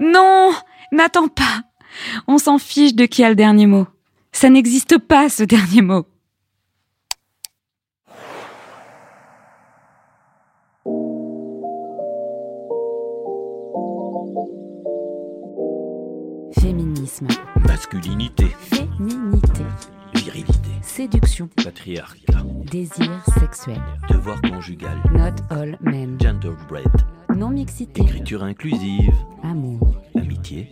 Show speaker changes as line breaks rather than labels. Non, n'attends pas. On s'en fiche de qui a le dernier mot. Ça n'existe pas, ce dernier mot. Féminisme,
Masculinité,
féminité,
virilité,
séduction,
patriarcat,
désir sexuel,
devoir conjugal,
not all men,
genderbread,
non-mixité,
écriture inclusive,
amour.
amitié,